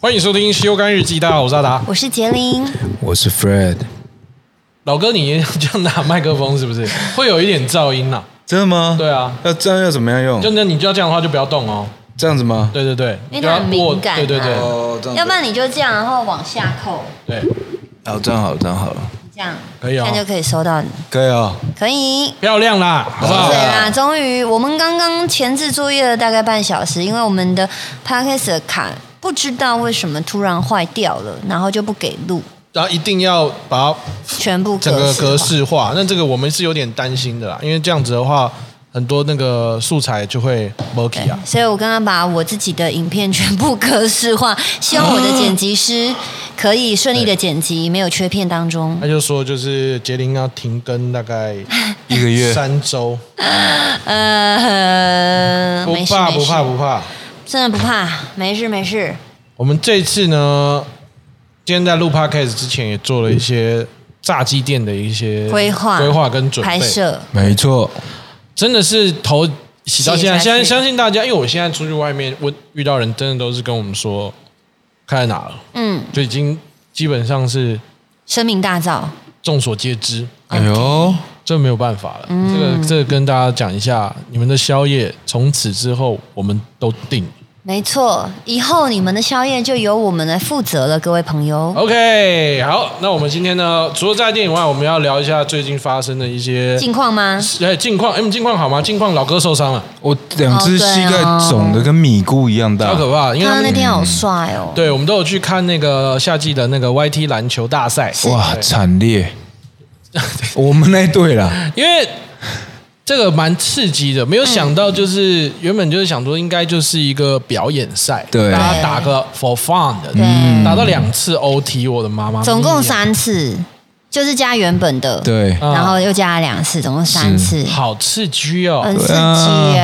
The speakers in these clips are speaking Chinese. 欢迎收听《修干日记》，大家好，我是阿达。我是杰林，我是 Fred，老哥，你这样拿麦克风是 不是会有一点噪音啊？真的吗？对啊要这样要怎么样就用？那你就要这样的话，就不要动哦。这样子吗？对对对，因为就要它很敏握感啊对对对哦，这样子要不然你就这样，然后往下扣，对，哦，这样好了，这样好了，这样可以哦这样就可以收到你，可以啊、可以。漂亮啦，好不对好好？啊啦，终于我们刚刚前置作业了大概半小时，因为我们的 podcast 的卡不知道为什么突然坏掉了，然后就不给录，然后一定要把它全部整格个式化格式化。那这个我们是有点担心的啦，因为这样子的话，很多那个素材就会 m u k 对 y 啊。所以我刚刚把我自己的影片全部格式化，希望我的剪辑师可以顺利的剪辑，没有缺片当中他。就说，就是杰林要停更大概一个月三周，呃，不没事怕没不事怕不怕。真的不怕，没事没事。我们这次呢，今天在录 podcast 之前也做了一些炸鸡店的一些规划、规划跟准备拍，摄，没错，真的是头洗到现在。洗下现去在相信大家，因为我现在出去外面，我遇到人真的都是跟我们说开在哪了，嗯，就已经基本上是声名大噪。众所皆知，哎呦，这没有办法了。嗯这个这个跟大家讲一下，你们的宵夜从此之后我们都定。没错，以后你们的宵夜就由我们来负责了，各位朋哦友。 OK，好，那我们今天呢，除了炸鸡店以外，我们要聊一下最近发生的一些近况吗？哎，近况，M 近况好吗？近况老哥受伤了，我两只膝盖肿的跟米糊一样大好，可怕！因为他他那们天好帅哦，对我们都有去看那个夏季的那个 YT 篮球大赛，哇，惨烈。我们那一 队啦，因为这个蛮刺激的，没有想到就是原本就是想说应该就是一个表演赛，对大家打个 for fun 的，对打到两次 OT，我的妈妈，总共，三次，就是加原本的，，对，嗯然后又加了两次，总共三次，好刺激哦！很刺对啊激对，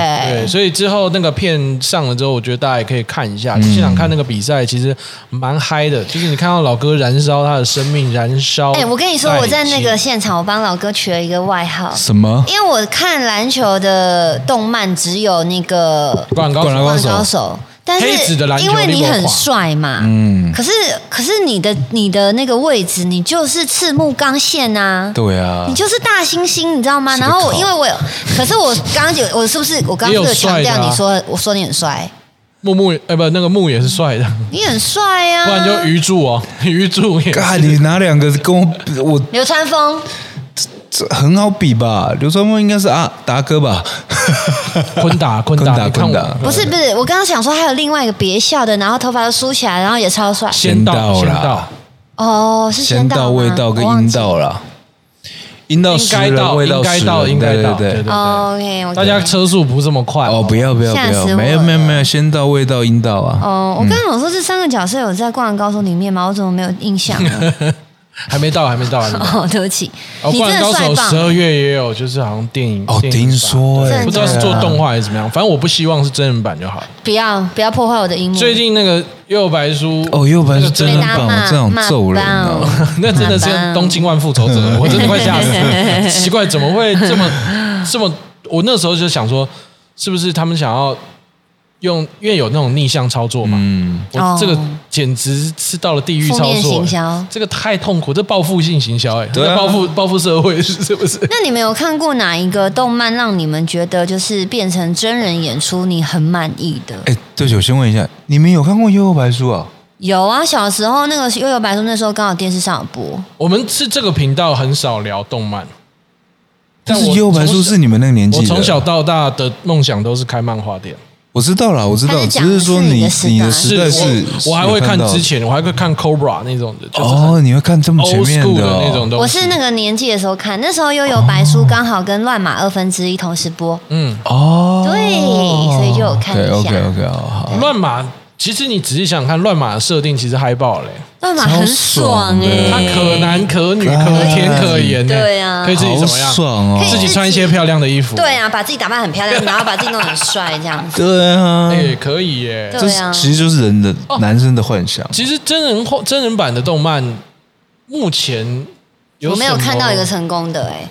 耶。所以之后那个片上了之后，我觉得大家也可以看一嗯下，现场看那个比赛其实蛮嗨的，就是你看到老哥燃烧他的生命，燃烧。哎，我跟你说，我在那个现场，我帮老哥取了一个外号，什么？因为我看篮球的动漫只有那个灌篮高灌篮手，高灌手篮高手，但黑子是的篮球因为你你给我很画帅嘛，嗯，可是可是你的你的那个位置，你就是赤木刚宪啊。对啊你，就是大猩猩，你知道吗？是个然后我靠因为我有，可是我刚刚有，我是不是我刚刚也有有强帅调的啊你说我说你很帅，木木哎不，那个木也是 帅的，你很帅啊。不然就鱼柱哦， 鱼柱也嘎，你拿两个跟我，我流川枫，这很好比吧？刘川枫应该是啊达哥吧？坤达坤坤达，达你看坤达我不是不是，我刚刚想说还有另外一个别校的，然后头发都梳起来，然后也超帅。先到先到先啦到，哦，是先到到吗味道跟我忘阴记道啦，阴道应十该人，到味应道该十到人应该到，对对对。哦，OK，我大家车速不是这么快哦，不要不要吓不死我了要，没有没有没有，先到味道阴道啊。哦，我嗯刚刚有说这三个角色有在《灌篮高手》里面吗？我怎么没有印象呢？ 还没到还没到，还没到哦，对不起，哦，你灌真篮高的帅手棒十。二月也有，就是好像电影哦，电影听版说真哎，的不知道是做假动画还是怎么样，反正我不希望是真人版就好。不要不要破坏我的荧幕。最近那个右白书哦，右白是真人被大家版，我骂这想揍人骂啊 爆哦。那真的是东京万复仇者，我真的快吓死 了。奇怪，怎么会这么这么？我那时候就想说，是不是他们想要用，因为有那种逆向操作嘛？嗯，我哦这个简直是到了地狱负操面作行，销这个太痛苦，这报复性行销，哎，对啊这报复报复社会是不是？ 那你们有看过哪一个动漫让你们觉得就是变成真人演出你很满意的？哎，对不起，我先问一下，你们有看过《幽游白书》啊？有啊，小时候那个《悠悠白书》那时候刚好电视上有播，我们是这个频道很少聊动漫，但但是我《幽游白书从》小是你们那个年纪我的。从小到大的梦想都是开漫画店。我知道了，我知他道，是只讲的是说是你你的时你代的时代是，我我还会看有到之前，我还会看 Cobra 那种的，就是很哦，你会看这么前 old 面 school 的哦那种东西。我是那个年纪的时候看，那时候《悠悠白书》刚好跟《乱马二分之一》同时播，嗯，哦，对所以就有看一下 OK OK 好好，乱码。其实你仔细想想看，乱码的设定其实嗨爆了、欸， 《乱马》很爽哎、嗯它可男可女，对可甜可盐、欸，对啊可以自己好怎么样？爽哦可，以自己穿一些漂亮的衣服，对啊，把自己打扮很 漂亮，然后把自己弄得很帅这样子。对啊哎、，可以耶、对这啊其实就是人的哦男生的幻想。其实真人或真人版的动漫，目前有我没有什么啊看到一个成功的哎、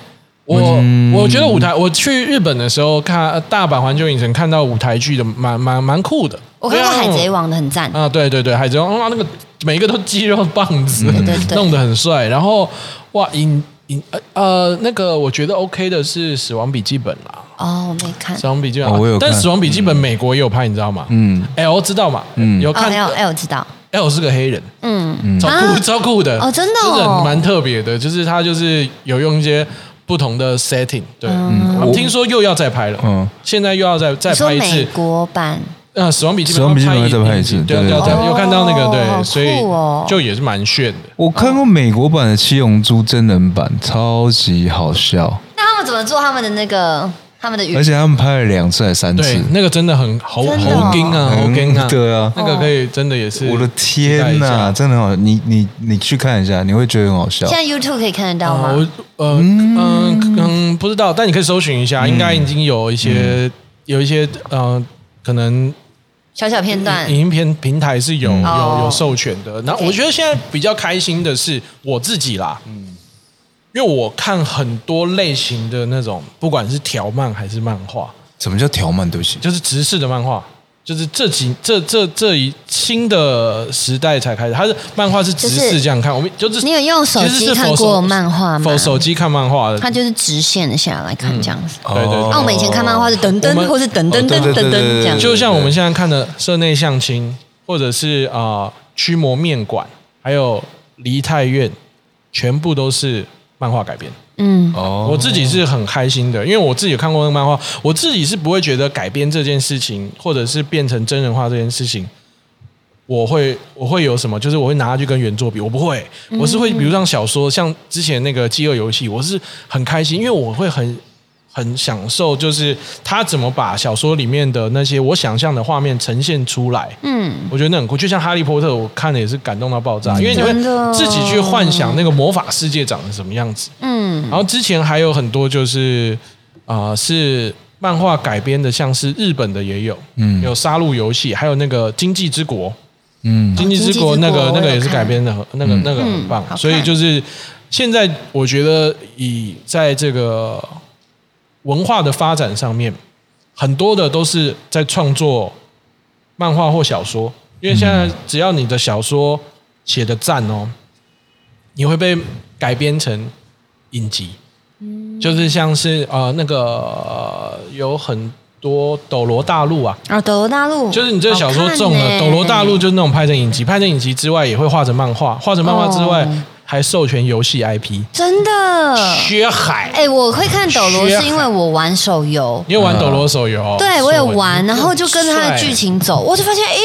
我、嗯我觉得舞台，我去日本的时候看呃大阪环球影城看到舞台剧的，蛮蛮蛮酷的。我看过《海贼王》的很赞，啊，对对对，海贼王哇，那个每一个都肌肉棒子，对对弄得很帅。然后哇，影影呃呃，那个我觉得 OK 的是《死亡笔记本》啦，哦，我没看。《死亡笔记本》哦我有但《看死亡笔记本》美国也有拍，你知道吗？嗯，L 知道嘛？嗯，有哦看，L L 知道， L 是个黑人，嗯，超酷、啊超酷的哦真的哦这人蛮特别的，就是他就是有用一些不同的 setting，对，嗯、我听说又要再拍了，嗯现在又要再再你说拍一美次，国版呃，死亡笔记本，死亡笔记本要再拍一次对对要对再对有看到那个哦好对，酷所以哦就也是蛮炫的。我看过美国版的《七龙珠》真人版，超级好哦笑，那他们怎么做他们的那个他们的语而？且他们拍了两次还嗯是三对次，，那个真的很好真的哦好劲啊，好嗯劲啊！对啊那个可以真的也是，我的天呐呐，！真的很好，你你你去看一下，你会觉得很好笑现。在 YouTube 可以看得到啊，吗？我呃嗯嗯不知道，但你可以搜寻一嗯下，应该已经有一些有一些呃，可能小小片段影，影片平台是有哦有有授权的。然后 OK 我觉得现在比较开心的是我自己啦，嗯，因为我看很多类型的那种，不管是条漫还是漫画，什么叫条漫？对不起，就是直视的漫画。就是这几这这这一新的时代才开始，它是漫画是直视这样看，我们就是你有用手其机实是看 for 过手漫画吗否？手机看漫画的，它就是直线的下来看这样子。哦对对对哦那我们以前看漫画是噔我噔，们或是噔噔哦对噔对噔对噔对对这样。就像我们现在看的社内相亲，或者是啊驱魔面馆，还有梨泰院，全部都是漫画改编。嗯，哦我自己是很开心的，因为我自己有看过那个漫画，我自己是不会觉得改编这件事情，或者是变成真人化这件事情，我会我会有什么？就是我会拿它去跟原作比，我不会，嗯我是会比如像小说，像之前那个《饥饿游戏》，我是很开心，因为我会很。很享受，就是他怎么把小说里面的那些我想象的画面呈现出来，嗯，我觉得那很酷，就像《哈利波特》，我看了也是感动到爆炸，因为你会真的自己去幻想那个魔法世界长得什么样子。嗯，然后之前还有很多就是啊、呃是漫画改编的，像是日本的也有，嗯有《杀戮游戏》，还有那个《经济之国》，嗯《经济之国》经济那之个国我有那个也是看改编的很，那个嗯那个很棒嗯好。看所以就是现在我觉得以在这个文化的发展上面，很多的都是在创作漫画或小说，因为现在只要你的小说写的赞哦，你会被改编成影集，就是像是呃那个呃有很多《斗罗大陆》啊，哦，斗罗大陆就是你这个小说中了，欸斗罗大陆》，就是那种拍成影集，拍成影集之外也会画成漫画，画成漫画之外、哦还授权游戏 IP。真的。薛海，哎，我会看斗罗薛是因为我玩手游，你有哦玩斗罗手游、对我有玩，手然后就跟着它的剧情走，我就发现，哎，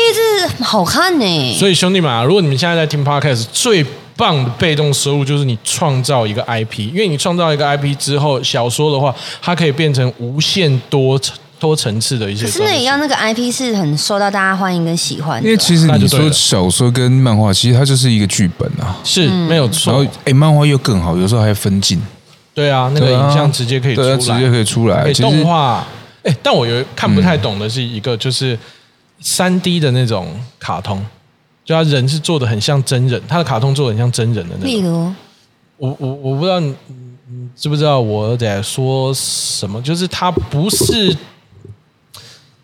这好看呢。所以兄弟们啊，如果你们现在在听 podcast，最棒的被动收入就是你创造一个 IP，因为你创造一个 IP 之后，小说的话，它可以变成无限多层多层次的一些东可西。是那也要那个 IP 是很受到大家欢迎跟喜欢的，因为其实那你就对了说小说跟漫画，其实它就是一个剧本啊。是嗯没有然后错，，哎，漫画又更好，有时候还分镜，对啊，那个对啊影像直接可以出对来，啊，直接可以嗯出来。哎，其动实画，哎、但我有看不太懂的是一个，就是三 D 的那种卡通，就他人是做的很像真人，他的卡通做的很像真人的那例种。如，我我我不知道你你你知不知道我在说什么，就是它不是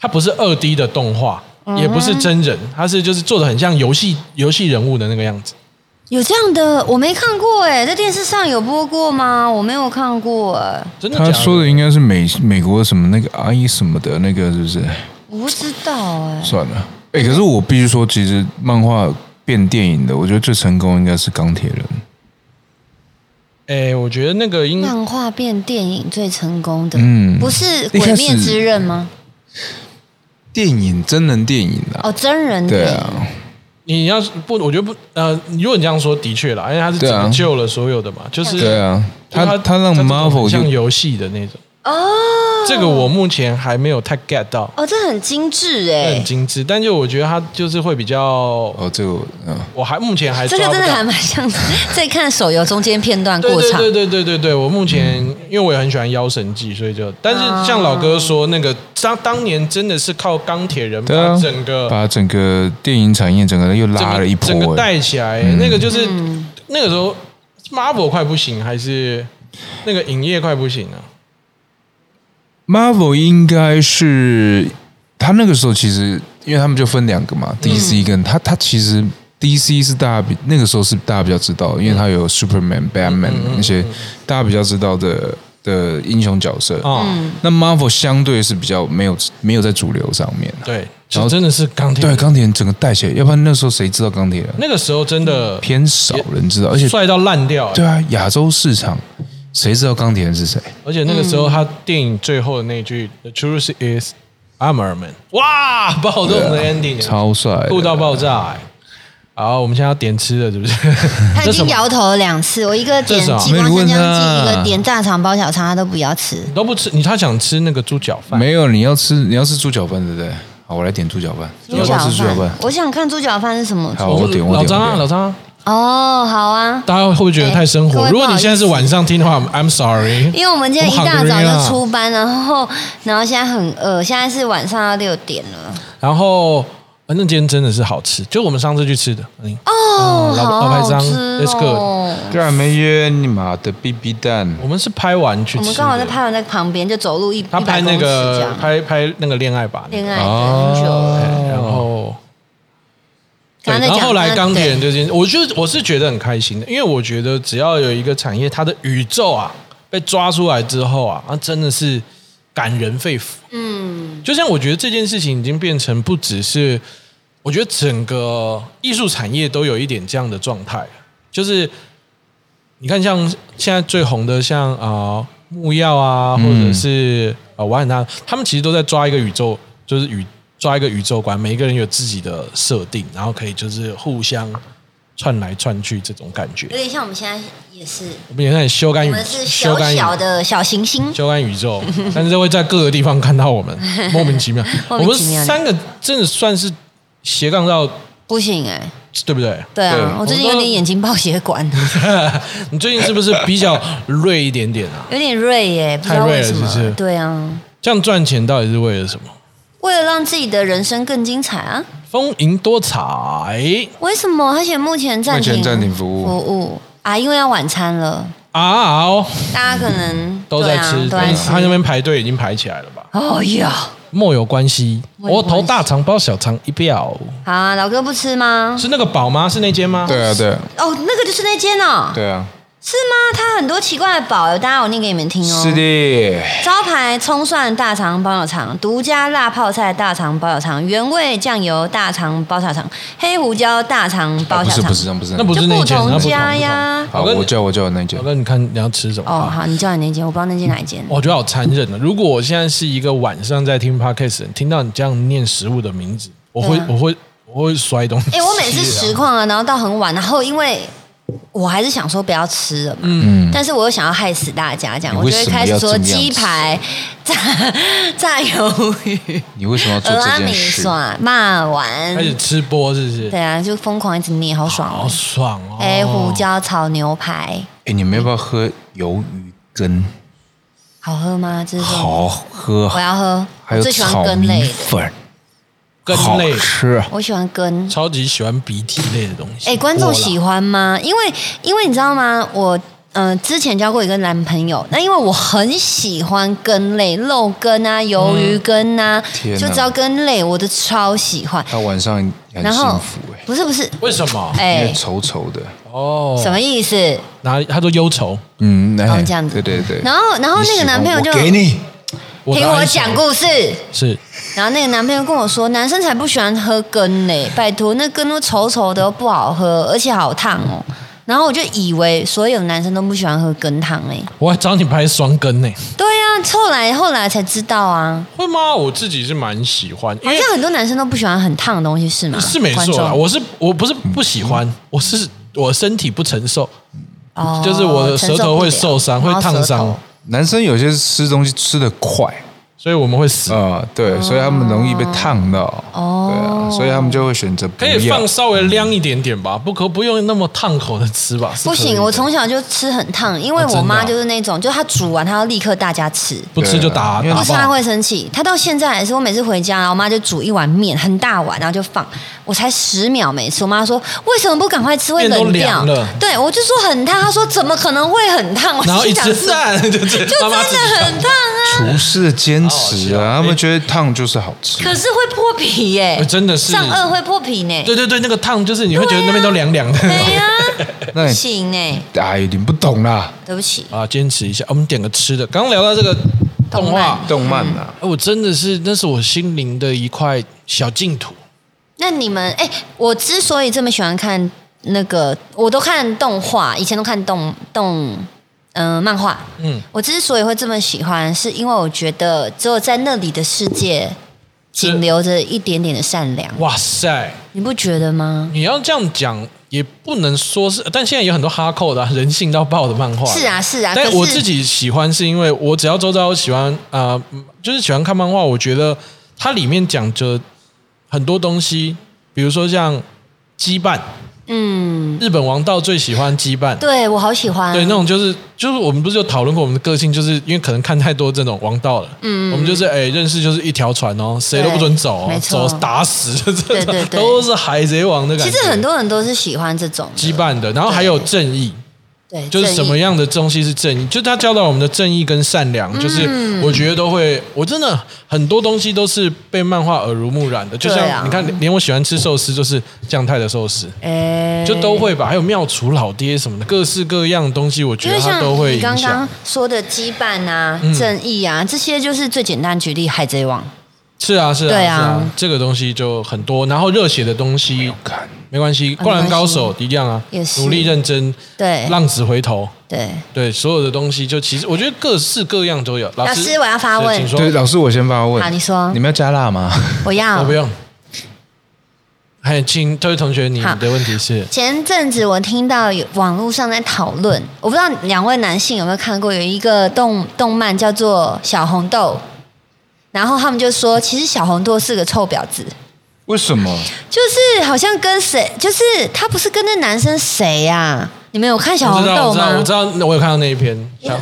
它不是二 D 的动画，也不是真人，它是就是做的很像游戏游戏人物的那个样子。有这样的，我没看过哎、在电视上有播过吗？我没有看过哎、真的假他的？说的应该是美美国什么那个阿姨什么的那个，是不是？哦我不知道哎、算了，哎，可是我必须说，其实漫画变电影的，我觉得最成功应该是钢铁人。哎、我觉得那个应漫画变电影最成功的，嗯不是《一鬼开始灭之刃》吗？电影真人电影啊，哦，真人对电影。啊，你要是不，我觉得不，呃，如果你这样说，的确啦，因为它是对啊拯救了所有的嘛，就是对啊，他他让这种 Marvel 像就游戏的那种，哦，这个我目前还没有太 get 到，哦，这很精致那哎、很精致，但就我觉得它就是会比较，哦，这个我嗯。我还目前还这哎个抓不真的到还蛮像在看手游中间片段对过场对对对对对，我目前、因为我也很喜欢《妖神记》，所以就，但是哦像老哥说那个，当当年真的是靠钢铁人把对啊整个、把整个电影产业整个又整拉个了一波、整个欸。带起来、嗯那个就是、那个时候 Marvel 快不行，还是那个影业快不行啊？ Marvel 应该是他那个时候其实因为他们就分两个嗯嘛，DC 跟他他其实 DC 是大家比那个时候是大家比较知道的，因为他有 Superman、Batman 嗯那些大家比较知道的的英雄角色。啊、那 Marvel 相对是比较没有没有在主流上面啊、对，然就后真的是钢铁。对，钢铁人整个带起来，要不然那时候谁知道钢铁人？那个时候真的偏少人知道，而且帅到烂掉、欸对啊，亚洲市场谁知道钢铁人是谁？而且那个嗯时候他电影最后的那句 “The truth is I'm a man”，哇，暴动的 ending，啊欸超帅的，酷到爆炸、欸！好，我们现在要点吃的，是 不是？他已这什经么摇头了两次，我一个点这是什么激光生姜没鸡，一问啊个点大肠包小肠，他都不要吃。 你都不吃，你他想吃那个猪脚饭，没有，你要吃你要吃猪脚饭对不对？好，我来点猪脚饭，你猪要不脚要吃猪脚饭饭？，我想看猪脚饭是什么。好，我点我老点。张啊，我点老张啊，哦，好啊，大家会不会觉得太生活？哎各位如果不好你意思现在是晚上听的话，I'm sorry， 因为我们今天一我大喊个早人啊就出班，然后然后现在很饿，现在是晚上要六点了。然后反正今天真的是好吃，就我们上次去吃的。嗯哦，老好老牌好张吃，That's 哦。干啊没约你妈的 BB 蛋我！们是拍完去吃我的，们刚好在拍完在旁边，就走路一他拍100公那尺这个样拍拍那个恋爱吧，恋爱哦的很久了。然后。对，刚才然讲后后来钢铁人对这件事，我就我是觉得很开心的，因为我觉得只要有一个产业，它的宇宙啊被抓出来之后啊，那真的是感人肺腑。嗯就像我觉得这件事情已经变成不只是，我觉得整个艺术产业都有一点这样的状态，就是你看像现在最红的像啊、呃木曜啊，或者是啊瓦很娜，他们其实都在抓一个宇宙，就是宇抓一个宇宙观，每一个人有自己的设定，然后可以就是互相串来串去这种感觉有。点像我们现在也是，我们也在修干我宇们是嗯修小干宇小的小行星，交换宇宙，但是会在各个地方看到我 们，莫名其妙。我莫名们其妙三个真的算是斜杠到，不行哎、对不对？ 对对啊，我最近有点眼睛爆血管，你最近是不是比较锐一点点啊？有点锐耶、不知道太锐为了什么。是不是对啊，这样赚钱到底是为了什么？为了让自己的人生更精彩啊！丰盈多彩为什么？而且目前暂目停前暂停服务服务啊，因为要晚餐了，啊、哦，大家可能都在吃，对啊、都在吃。他那边排队已经排起来了吧？哦呀，莫有关系，莫有我关系投大肠包小肠一票，好啊，老哥不吃吗？是那个宝吗？是那间吗？对啊，对啊，哦，那个就是那间哦，对啊，是吗？它很多奇怪的宝，大家我念给你们听哦。是的，招牌葱蒜大肠包小肠，独家辣泡菜大肠包小肠，原味酱油大肠包小肠，黑胡椒大肠包不小是肠，哦不是，那不是，那不就是那不间，那同不同家。呀不。同好，我跟我你叫我叫我那一件我，跟你看你要吃什么？啊哦，好，你叫你那间，我不知道那间哪一间。我觉得好残忍啊！如果我现在是一个晚上在听 podcast，的人听到你这样念食物的名字，我会、对啊我会我会摔东西、啊。哎、我每次实况啊，然后到很晚，然后因为我还是想说不要吃了嘛，嗯，但是我又想要害死大家，这样你我为就会什么开始要说这样鸡子排、炸炸鱿鱼、你为什么要做俄 这阿件米事？蒜、骂开始丸，吃播是不是？对啊，就疯狂一直念，好爽、好哦。爽哦！哎、胡椒炒牛排哎，你们要不要喝鱿鱼羹？好喝吗？这是说好喝，嗯我要喝，我还有最喜欢炒根类米的，粉，根好类，吃。啊我喜欢根。超级喜欢鼻涕类的东西。哎、观众我啦喜欢吗？因为因为你知道吗？我嗯、呃之前交过一个男朋友，那因为我很喜欢根类，肉根啊、鱿鱼根啊，天就哪只要根类我都超喜欢。他晚上很然后幸福哎，不是不是，为什么？因哎、为稠稠的，哦，什么意思？哪里？他说忧愁。嗯，哎哦这样子对对对。然后然后那个男朋友就你喜欢我给你，我的听哀我愁讲故事。是然后那个男朋友跟我说，男生才不喜欢喝根嘞，拜托，那根都稠稠的，不好喝，而且好烫哦。然后我就以为所有男生都不喜欢喝羹汤哎，我还找你拍双根呢、对呀、后来后来才知道啊，会吗？我自己是蛮喜欢，因好为像很多男生都不喜欢很烫的东西是吗？是没哎观错众嗯啦。我是我不是不喜欢，我是我身体不承受。哦就是我的舌头会受伤，会烫。承受不伤了，男生有些吃东西吃的快所以我们会死。啊、对，所以他们容易被烫到，哦对啊，所以他们就会选择不可以要放。稍微亮一点点吧，不可不用那么烫口的吃吧。是不可以行，的我从小就吃很烫，因为哦真的我啊妈就是那种，就她煮完她要立刻大家吃，不吃就打，对啊打不吃她爆。会生气。她到现在还是，我每次回家，然后我妈就煮一碗面，很大碗，然后就放，我才十秒没吃，我妈说为什么不赶快吃，会面都冷掉凉了。对我就说很烫，她说怎么可能会很烫？我然后一 心想直是赞，就就真真的很烫啊！厨师的坚持好好啊，笑他们觉得烫就是好吃。可是会破皮耶、哎真的是上颚会破皮呢、对对对，那个烫就是你会觉得那边都凉凉的。啊对呀、 那不你行呢、哎，你不懂啦，对不起，啊，坚持一下，我们点个吃的。刚刚聊到这个动动画漫，动漫啊，哎我真的是那是我心灵的一块小净土。那你们哎、我之所以这么喜欢看那个，我都看动画，以前都看动动嗯、呃漫画。嗯，我之所以会这么喜欢，是因为我觉得只有在那里的世界是仅留着一点点的善良，哇塞，你不觉得吗？你要这样讲也不能说是，但现在有很多哈扣的啊、人性到爆的漫画。是啊，是啊。可但是我自己喜欢是因为我只要周遭喜欢啊、呃就是喜欢看漫画，我觉得它里面讲着很多东西，比如说像羁绊，嗯，日本王道最喜欢羁绊。对我好喜欢。啊对，那种就是就是我们不是有讨论过我们的个性，就是因为可能看太多这种王道了，嗯，我们就是哎认识就是一条船哦，谁都不准走、哦没，走错打死，就这对种对对都是海贼王的感其觉。实很多人都是喜欢这种的羁，绊的，然后还有正义，对，就是什么正义？样的东西是正义，就是他教导我们的正义跟善嗯良，就是我觉得都会，我真的很多东西都是被漫画耳濡目染的，就对啊像你看，连我喜欢吃寿司就是酱太的寿司。哎，就都。会吧，还有妙厨老爹什么的，各式各样的东西，我觉因得为它像都会你影响。嗯刚刚说的羁绊啊、正义啊，这些就是最简单举例，《海贼王》是啊，是啊，对啊是啊，这个东西就很多，然后热血的东西嗯看没关系，啊灌篮没关高系手一样啊也，是哎努力认真，对浪子回头，对，对，所有的东西就其实我觉得各式各样都有。老老师，师我要发问是请说对，老师，我先发问。好你说你们要加辣吗？我要我哦不用。还请这位同学，你好的问题是前阵子我听到有网络上在讨论，我不知道两位男性有没有看过，有一个动动漫叫做《小红豆》，然后他们就说，其实小红豆是个臭婊子，为什么？就是好像跟谁，就是他不是跟那男生谁呀、你们有看小我红知道，豆我知道，我吗知？道，我有看到那一篇。想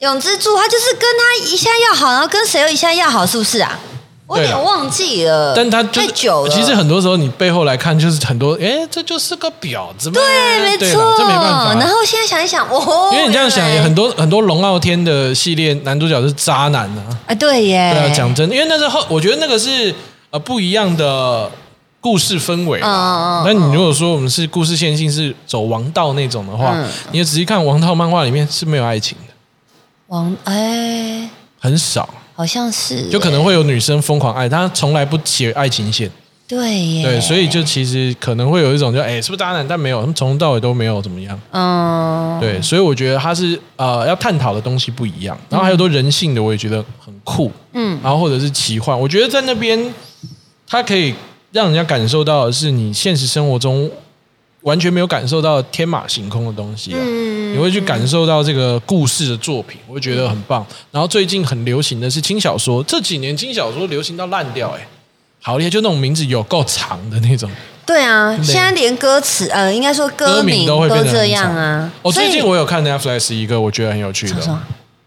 永之助他就是跟他一下要好，然后跟谁又一下要好，是不是啊？我有对啊点忘记了，但他就是太久了。其实很多时候你背后来看，就是很多，哎，这就是个婊子嘛。对，没啦错。这没办法。啊然后现在想一想，哦，因为你这样想，原来也很多很多龙傲天的系列男主角是渣男啊。啊，对耶。对啊，讲真的，因为那是后，我觉得那个是呃不一样的故事氛围啦。嗯嗯嗯那你如果说我们是故事线性是走王道那种的话嗯，你就仔细看王道漫画里面是没有爱情的，王哎，很少，好像是，就可能会有女生疯狂爱，她从来不写爱情线。对耶，对，所以就其实可能会有一种就哎是不是渣男，但没有，他们从头到尾都没有怎么样。嗯，对，所以我觉得他是呃要探讨的东西不一样，然后还有多人性的，我也觉得很酷，嗯，然后或者是奇幻，我觉得在那边他可以让人家感受到的是你现实生活中完全没有感受到天马行空的东西、啊，嗯你会去感受到这个故事的作品，我觉得很棒。然后最近很流行的是轻小说，这几年轻小说流行到烂掉、欸，哎，好厉害，就那种名字有够长的那种。对啊，对现在连歌词，呃，应该说歌歌名名都会变都得很这样啊。哦，所以最近我有看 Netflix 一个我觉得很有趣什的么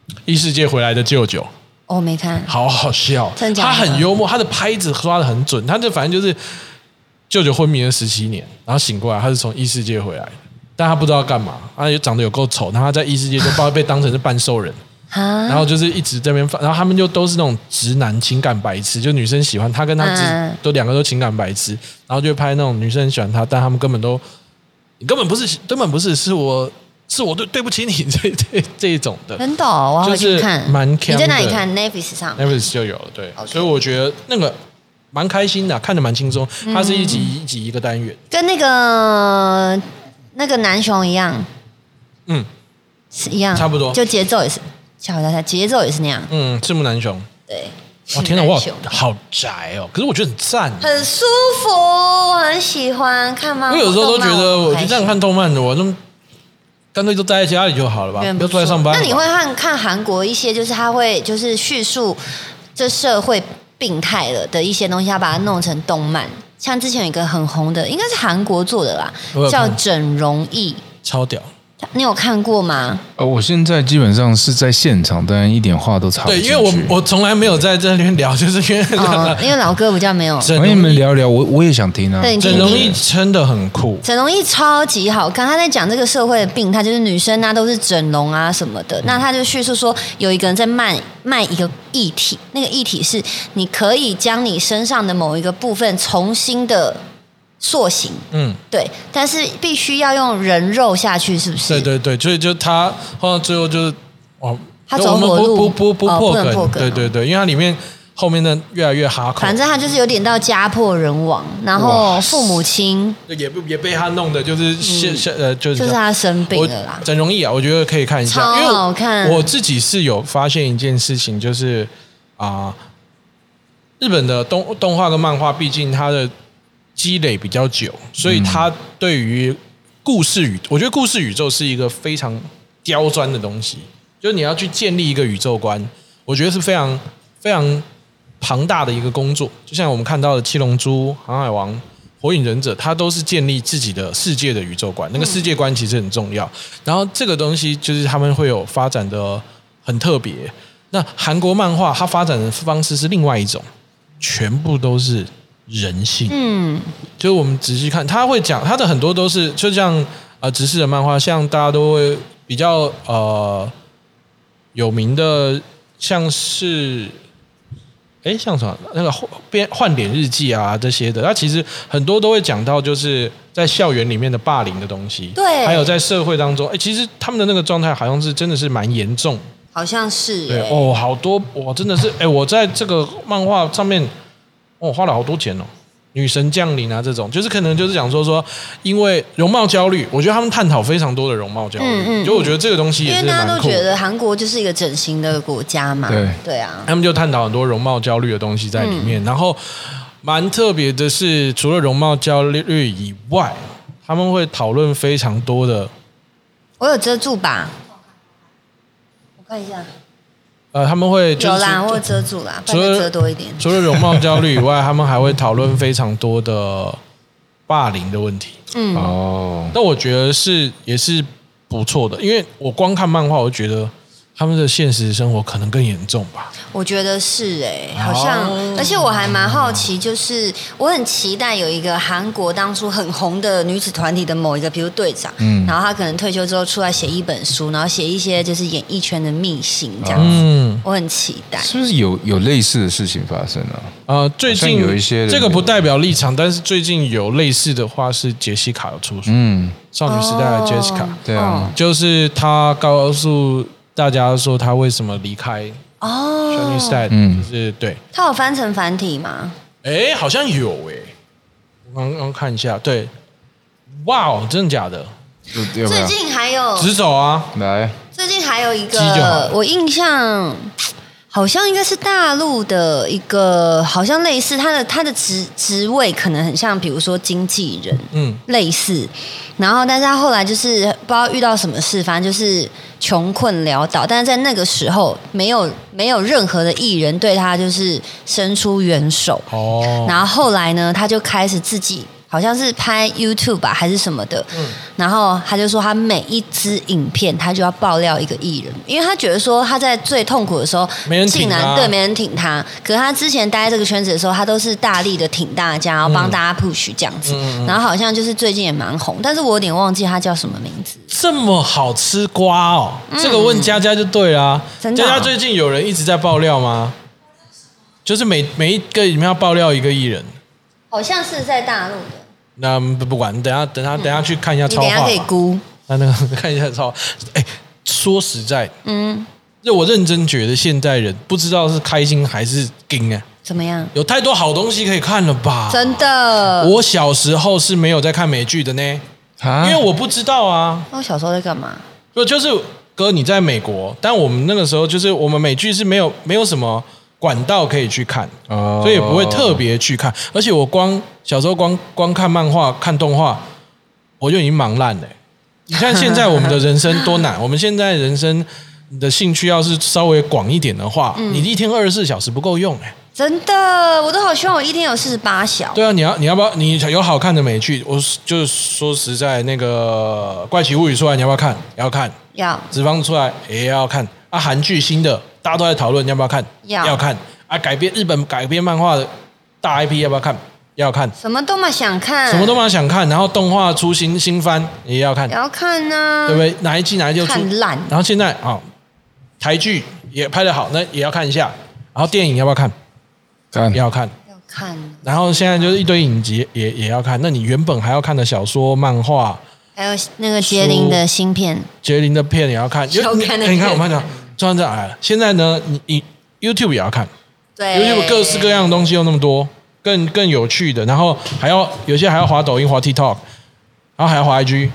《异世界回来的舅舅》。我没看，好好笑，真的他假的很幽默，他的拍子抓的很准，他就反正就是舅舅昏迷了十七年，然后醒过来，他是从异世界回来的，但他不知道干嘛，他又长得有够丑，然后他在异世界就被被当成是半兽人，啊，然后就是一直这边发，然后他们就都是那种直男情感白痴，就女生喜欢他跟他直嗯都两个都情感白痴，然后就拍那种女生很喜欢他，但他们根本都你根本不是根本不是是我是我对对不起你这这这一种的，真的哦，我要回就是去看。蛮你强在哪里的看？Netflix 上 Netflix 就有了，对 OK 所以我觉得那个蛮开心的，啊看得蛮轻松。嗯它是一集一集一个单元，跟那个那个南雄一样，嗯是一样，差不多就节奏也是，小大家节奏也是那样，嗯，赤木南雄，对。哇哦天哪，南哇雄好宅哦，可是我觉得很赞，很舒服，我很喜欢看漫我画。有时候都觉得，动漫我很就开这样心看动漫的，我就干脆就待在家里就好了吧，远不啊不要出来上班。那你会？看看韩国一些，就是他会就是叙述这社会病态了的一些东西，他把它弄成动漫。像之前有一个很红的，应该是韩国做的啦我有，叫看《整容艺》。超屌，它你有看 过吗？呃，我现在基本上是在现场，当然一点话都插不对，进去。因为我我从来没有在这边聊，就是因为哦，因为老哥比较没有。 整我跟你容们易聊聊，我我也想听啊。对你听整容易真的很酷，整容医超级好看，他在讲这个社会的病，他就是女生啊都是整容啊什么嗯的。那他就叙述说，有一个人在卖卖一个液体，那个液体是你可以将你身上的某一个部分重新的塑形，嗯，对，但是必须要用人肉下去，是不是？对对对，所以就他后来最后就是哦，他我走们火不入不不不哦破不能梗，破梗对对对，因为它里面后面的越来越哈口，反正他就是有点到家破人亡，然后父母亲也不也被他弄的，就是现现、呃就是嗯就是他生病了啦我。整容易啊，我觉得可以看一下，超因为我好看我自己是有发现一件事情，就是啊、日本的动动画跟漫画，毕竟它的积累比较久，所以它对于故事宇，我觉得故事宇宙是一个非常刁钻的东西，就是你要去建立一个宇宙观，我觉得是非常非常庞大的一个工作。就像我们看到的《七龙珠》《航海王》《火影忍者》，它都是建立自己的世界的宇宙观，那个世界观其实很重要。然后这个东西就是他们会有发展的很特别。那韩国漫画它发展的方式是另外一种，全部都是人性。嗯，就是我们仔细看，他会讲他的很多都是，就像呃直视的漫画，像大家都会比较呃有名的，像是哎像什么那个换变换脸日记啊这些的，它其实很多都会讲到就是在校园里面的霸凌的东西，对还有在社会当中，哎，其实他们的那个状态好像是真的是蛮严重的好像是、对欸。哦，好多我真的是哎，我在这个漫画上面，我、花了好多钱哦。女神降临啊，这种就是可能就是讲说说，因为容貌焦虑，我觉得他们探讨非常多的容貌焦虑，嗯嗯就我觉得这个东西因也为是大家蛮都酷觉的。得韩国就是一个整形的国家嘛，对啊，他们就探讨很多容貌焦虑的东西在里嗯面，然后蛮特别的是，除了容貌焦虑以外，他们会讨论非常多的，我有遮住吧？我看一下，呃，他们会就有是啦，我有遮住啦，除不了然再遮多一点。除了容貌焦虑以外，他们还会讨论非常多的霸凌的问题。嗯，哦，那我觉得是也是不错的，因为我光看漫画，我就觉得他们的现实生活可能更严重吧。我觉得是哦哎、好像，而且我还蛮好奇，就是我很期待有一个韩国当初很红的女子团体的某一个，比如队长，嗯然后她可能退休之后出来写一本书，然后写一些就是演艺圈的秘辛这样子，嗯，我很期待。是不是有有类似的事情发生啊？呃，最近好像有一些人这个不代表立场，但是最近有类似的话是杰西卡有出书，嗯，少女时代的 Jessica，、哦对啊，就是她告诉大家说她为什么离开少女时哦，代，嗯就是对，她有翻成繁体吗？哎，好像有哎、我刚刚看一下，对，哇哦，真的假的？有有没最有？近还有直走啊，来，最近还有一鸡就好个，我印象好像应该是大陆的一个，好像类似他的他的职职位可能很像，比如说经纪人嗯，类似。然后，但是他后来就是不知道遇到什么事，反正就是穷困潦倒。但是在那个时候，没有没有任何的艺人对他就是伸出援手。哦，然后后来呢，他就开始自己好像是拍 YouTube 吧还是什么的，嗯然后他就说他每一支影片他就要爆料一个艺人，因为他觉得说他在最痛苦的时候，没人挺竟他然对没人挺他。可是他之前待在这个圈子的时候，他都是大力的挺大家，然后帮大家 push 这样子。嗯嗯嗯然后好像就是最近也蛮红，但是我有点忘记他叫什么名字。这么好吃瓜哦？这个问佳佳就对啦。嗯真的佳啊佳最近有人一直在爆料吗？就是每每一个里面要爆料一个艺人。好像是在大陆的，那不不管，等下等下等下去看一下你超等一下话可以吧。估。那 那个看一下超话，哎，说实在，嗯，这我认真觉得现代人不知道是开心还是惊啊，怎么样？有太多好东西可以看了吧？真的？啊我小时候是没有在看美剧的呢，因啊为我不知道啊。那我小时候在干嘛？不就是哥你在美国，但我们那个时候就是我们美剧是没有没有什么管道可以去看，哦所以也不会特别去看。而且我光小时候光光看漫画、看动画，我就已经忙烂了欸、你看现在我们的人生多难，我们现在人生你的兴趣要是稍微广一点的话，你一天二十四小时不够用哎、欸真的，我都好希望我一天有四十八小。对啊，你要你要不要？你有好看的美剧？我就是说实在，那个《怪奇物语》出来，你要不要看？要看。要《纸房》出来也要看。啊，韩剧新的大家都在讨论，你要不要看？要要看。啊，改编日本改编漫画的大 IP 要不要看？要看。什么都嘛想看，什么都蛮想看，然后动画出新新番也要看也，要看呢、对不对？哪一季哪一季就出嗯看烂然后现在啊、台剧也拍得好，那也要看一下。然后电影要不要看？看也要看。要看，然后现在就是一堆影集也也要看。那你原本还要看的小说、漫画、还有那个杰林的芯片，杰林的片也要看。要看你的哎片你看我们讲，突然这来了。现在呢，你你 YouTube 也要看对，YouTube 各式各样的东西又那么多，更更有趣的。然后还要有些还要滑抖音、滑 TikTok，然后还要滑 IG。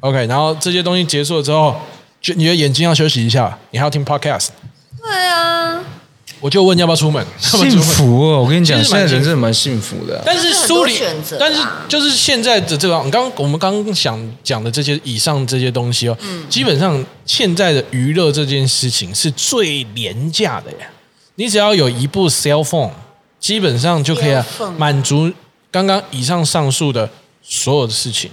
OK，然后这些东西结束了之后，就你的眼睛要休息一下，你还要听 Podcast。对啊，我就问要不要出门，要不要出幸门。福哦！我跟你讲，其实现蛮幸在人福真的蛮幸福的啊、但是梳理很多选择啊但是就是现在的这个，你刚我们刚刚想讲的这些以上这些东西哦，嗯基本上现在的娱乐这件事情是最廉价的呀。你只要有一部 cell phone，基本上就可以啊 Cellphone 满足刚刚以上上述的所有的事情。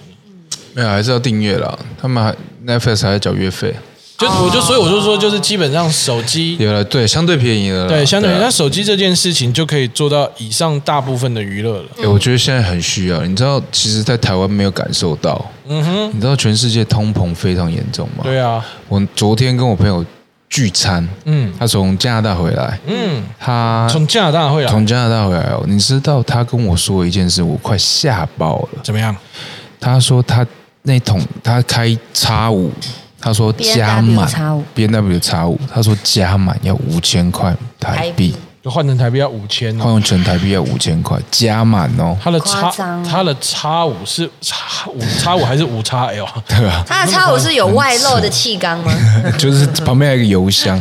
没有，还是要订阅啦。他们还 Netflix 还要缴月费，就哦我就所以我就说，就是基本上手机有了对，相对便宜了啦。对相对于啊那手机这件事情就可以做到以上大部分的娱乐了。欸我觉得现在很需要。你知道，其实，在台湾没有感受到。嗯哼，你知道全世界通膨非常严重吗？对啊，我昨天跟我朋友聚餐，嗯他从加拿大回来，嗯，他从加拿大会啊来从加拿大回来哦。你知道他跟我说一件事，我快吓爆了。怎么样？他说他那桶他开叉五，他说 B&W 加满 X5 B N W 叉五，他说加满要五千块台币，就换成台币要五千、换哦，成全台币要五千块加满哦， 它的夸叉张啊它的叉五是叉五叉五还是五哎叉 L？对吧？它的叉五是有外露的气缸吗？就是旁边还有一个油 箱，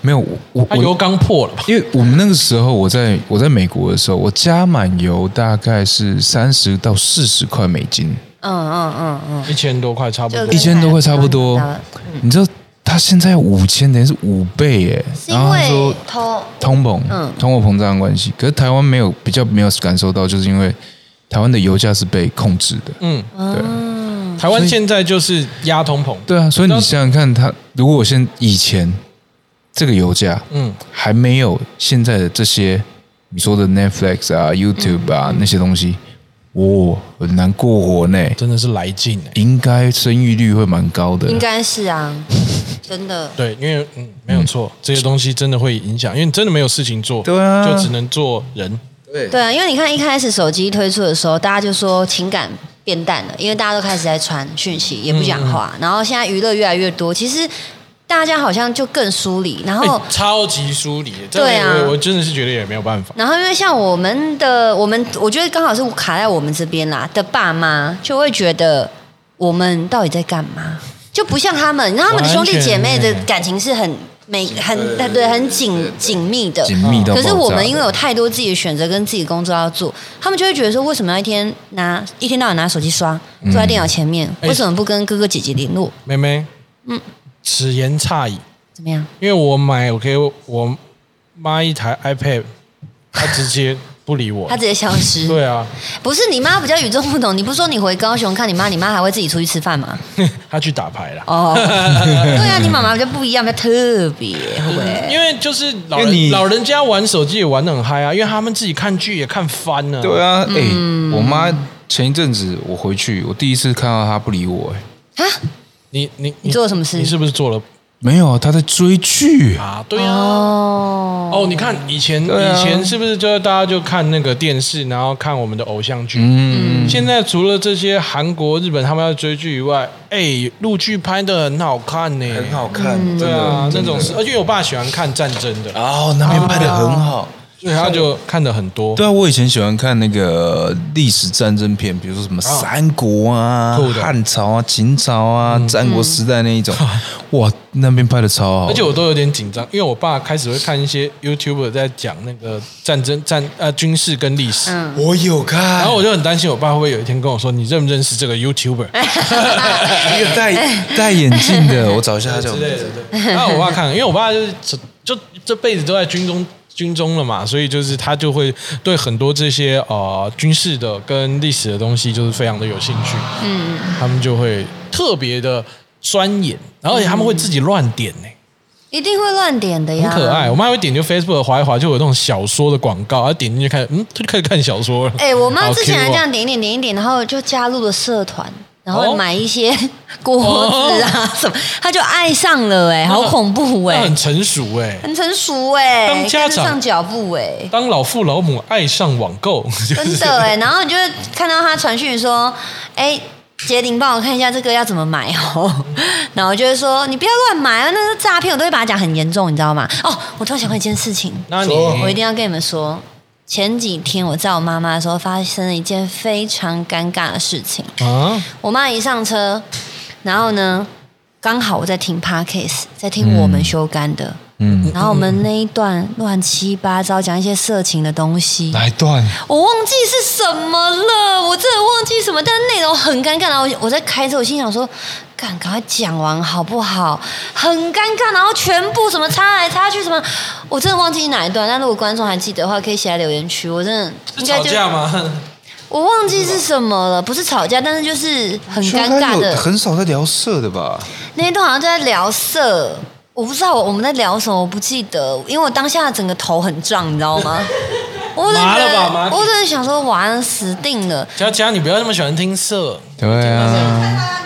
没有我我它我油缸破了吧？因为我们那个时候，我在我在美国的时候，我加满油大概是三十到四十块美金， 嗯嗯嗯嗯，一千多块差不多嗯就。一千多块差不多差不多。你知道他现在五千，等于是五倍耶。是然因后他为说偷通膨，嗯通货膨胀的关系，可是台湾没有比较没有感受到，就是因为台湾的油价是被控制的。嗯，嗯，台湾现在就是压通膨。对啊，所以你想想看，它如果现以前这个油价，嗯，还没有现在的这些你说的 Netflix 啊、YouTube 嗯啊、那些东西，哇、很难过活呢。真的是来劲哎、应该生育率会蛮高的，应该是啊，真的。对，因为嗯，没有错，这些东西真的会影响，因为你真的没有事情做，对啊就只能做人。对啊，因为你看一开始手机推出的时候，大家就说情感变淡了，因为大家都开始在传讯息，也不讲嗯话。然后现在娱乐越来越多，其实大家好像就更疏离。然哎、 后，超级疏离，真的对啊我我真的是觉得也没有办法。然后因为像我们的，我们我觉得刚好是卡在我们这边啦的爸妈，就会觉得我们到底在干嘛？就不像他们，然后他们的兄弟姐妹的完全感情是很每很对对对很对对紧对紧密的，紧密哦到爆炸可的。是我们因为有太多自己的选择跟自己工作要做，他们就会觉得说，为什么要一天拿一天到晚拿手机刷，坐在电脑前面，哎为什么不跟哥哥姐姐联络？妹妹，嗯，此言差矣。怎么样？因为我买我给我妈一台 iPad，她直接不理我他。直接消失。 对啊，不是你妈比较与众不同，你不是说你回高雄看你妈，你妈还会自己出去吃饭吗？她去打牌啦。 哦，对啊，你妈妈比较不一样，比较特别，会不会？因为就是老因为人你老人家玩手机也玩得很嗨啊，因为他们自己看剧也看翻了。对啊，嗯哎、我妈前一阵子我回去，我第一次看到她不理我、哎，啊，你你你做了什么事你是不是做了没有啊，她在追剧啊，啊？对啊。哦哦，你看以前、对啊以前是不是就大家就看那个电视，然后看我们的偶像剧？嗯，现在除了这些韩国、日本他们要追剧以外，哎，陆剧拍的很好看呢、看，对啊，那种是，而且我爸喜欢看战争的，哦，那边拍的很好。所以他就看的很多。对啊，我以前喜欢看那个历史战争片，比如说什么三国啊酷、的汉朝啊、秦朝啊、战国时代那一种，哇，那边拍的超好。而且我都有点紧张，因为我爸开始会看一些 YouTuber 在讲那个战争、战呃军事跟历史，嗯我有看，然 后我就很担心我爸会不会有一天跟我说你认不认识这个 YouTuber 一个戴戴眼镜的，我找一下他叫 之类的。对然后我爸看了，因为我爸就是就这辈子都在军中军中了嘛，所以就是他就会对很多这些呃军事的跟历史的东西就是非常的有兴趣，嗯，他们就会特别的钻研，然后而且他们会自己乱点呢、一定会乱点的很呀，可爱。我妈会点就 Facebook 滑一滑，就有那种小说的广告，她点进去看，嗯，她就开始看小说了。 哎、我妈好之前还 Q 哦这样点一点点一点，然后就加入了社团，然后哦买一些锅子啊、什么，她就爱上了哎、好恐怖哎、哦那很成熟哎、很成熟哎、当家跟长上脚步 哎、当老父老母爱上网购， 就是真的哎、然后你就会看到她传讯说，哎、杰林，帮我看一下这个要怎么买哦。 然后我就会说，你不要乱买啊，那是诈骗，我都会把它讲很严重，你知道吗？哦，我突然想到一件事情，那你说我一定要跟你们说，前几天我在我妈妈的时候发生了一件非常尴尬的事情。啊，我妈一上车，然后呢，刚好我在听 podcast，在听我们修干的，嗯，然后我们那一段乱七八糟讲一些色情的东西，哪一段？我忘记是什么了，我真的忘记什么，但内容很尴尬。然后我我在开车，我心想说，赶赶快讲完好不好？很尴尬，然后全部什么插来插去什么，我真的忘记哪一段。但如果观众还记得的话，可以写在留言区。我真的应该吵就是架吗？我忘记是什么了，不是吵架，但是就是很尴尬有的。很少在聊色的吧？那天都好像在聊色，我不知道我我们在聊什么，我不记得，因为我当下整个头很胀，你知道 吗？我真麻了的吧麻，我真的想说，完了，死定了，佳佳，你不要那么喜欢听色，对啊，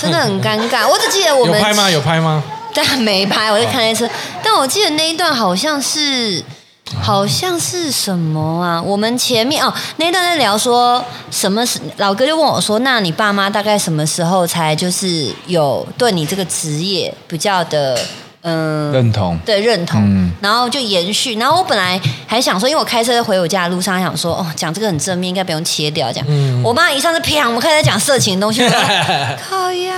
真的很尴尬。我只记得我有们拍吗？有，拍吗？但没拍，我在看那次。但我记得那一段好像是，好像是什么啊？我们前面哦，那一段在聊说什么时，老哥就问我说：“那你爸妈大概什么时候才就是有对你这个职业比较的嗯、认同。 对认同，嗯然后就延续。然后我本来还想说，因为我开车回我家的路上，还想说哦，讲这个很正面，应该不用切掉。这样，嗯我妈一上次啪，我们开始在讲色情的东西，我说 靠呀，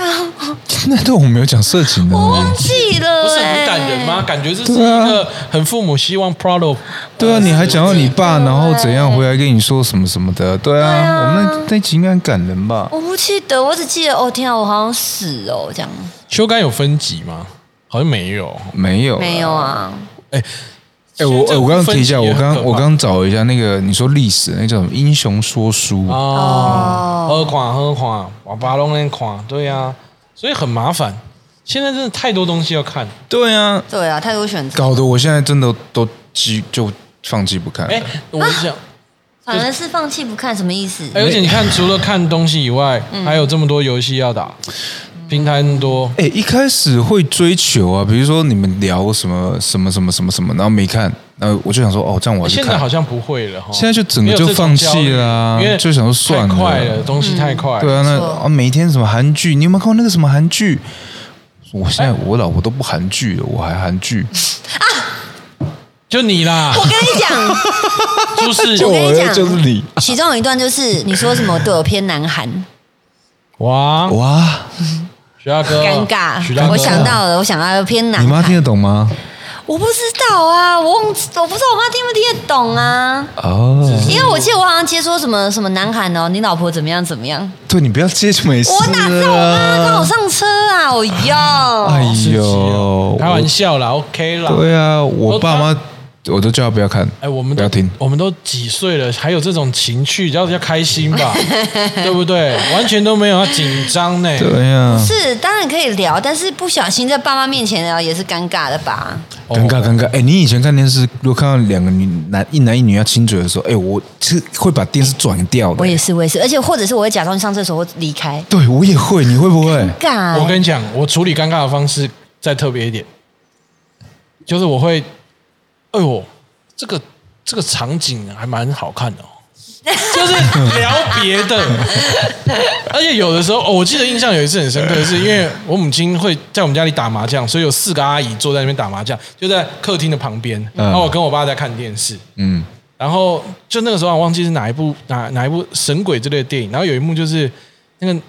那段我没有讲色情的我呢忘。记了、欸，不是很感人吗？？感觉这是一对啊个很父母希望 proud of。呃对啊，你还讲到你爸，然后怎样回来跟你说什么什么的。对对啊啊，我们那那集应该很感人吧？我不记得，我只记得哦，天啊，我好像死哦，这样修改有分级吗？好像没有。没哦有，没有。啊？哎，我现在哎我刚刚分提一下，级也我很可刚怕我刚找一下那个你说历史那叫什么英雄说书哦，哦啊喝垮喝垮，瓦巴龙那垮，对呀、所以很麻烦。现在真的太多东西要看。对啊，对啊，太多选择，搞得我现在真的都记就放弃不看了。哎，我想，啊反而是放弃不看，什么意思？哎而且你看，除了看东西以外，嗯还有这么多游戏要打，平台很多。哎、一开始会追求啊，比如说你们聊什么什么什么什么什么，然后没看，然后我就想说，哦，这样我要去现看在。好像不会了哈，现在就整个就放弃了啊没有这种焦虑因为就想说算了太快了，东西嗯太快。对啊，那没错啊，每天什么韩剧，你有没有看过那个什么韩剧？我现在我老婆都不韩剧了，我还韩剧，就你 啦，我跟你讲，出事我跟你讲，就是你其中有一段就是你说什么对我偏南韩。哇，哇！徐大哥，尴徐大尬。哦哥，我想到了，我想到了偏南你妈听韩。得懂吗？我不知道啊，我忘我不知道我妈听不听得懂啊。哦，因为我记得我好像接说什么什么南韩哦，你老婆怎么样怎么样？对你不要接就没事我哪知道我妈刚好了。上车啊！我哎哟，呦，开玩笑啦，OK 啦。我。对啊，我爸妈我都叫他不要看，哎，我们不都要听。我们都几岁了，还有这种情趣，要要开心 吧，对不对？完全都没有要紧张呢。对呀、啊，是当然可以聊，但是不小心在爸妈面前聊也是尴尬的吧？哦尴尬尴尬。哎、你以前看电视，如果看到两个女男一男一女要亲嘴的时候，哎、我是会把电视转掉的。我也是，我也是，而且或者是我会假装去上厕所，我离开。对我也会，你会不会？尬，我跟你讲，我处理尴尬的方式再特别一点，就是我会，哎呦，这个这个场景还蛮好看的、哦，就是聊别的。而且有的时候、哦，我记得印象有一次很深刻，是因为我母亲会在我们家里打麻将，所以有四个阿姨坐在那边打麻将，就在客厅的旁边，嗯然后我跟我爸在看电视。嗯，然后就那个时候我忘记是哪一部哪哪一部神鬼之类的电影，然后有一幕就是那个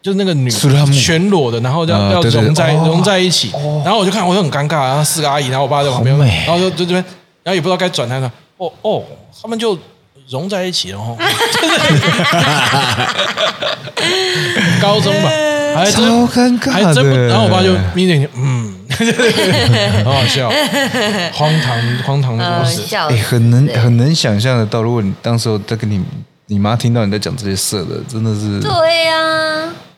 就是那个女苏拉姆全裸的，然后要、啊要对对对融在哦融在一起，然后我就看我就很尴尬，然后四个阿姨，然后我爸在旁边，好美然后就就这边，然后也不知道该转台了，哦哦，他们就融在一起了哦， 高中吧，还真超尴尬的还真不，然后我爸就眯着眼睛，嗯， 很好笑，荒唐荒唐的呃，故事。笑哎，很能死很能想象得到，如果你当时候在跟你你妈听到你在讲这些色的，真的是，对呀、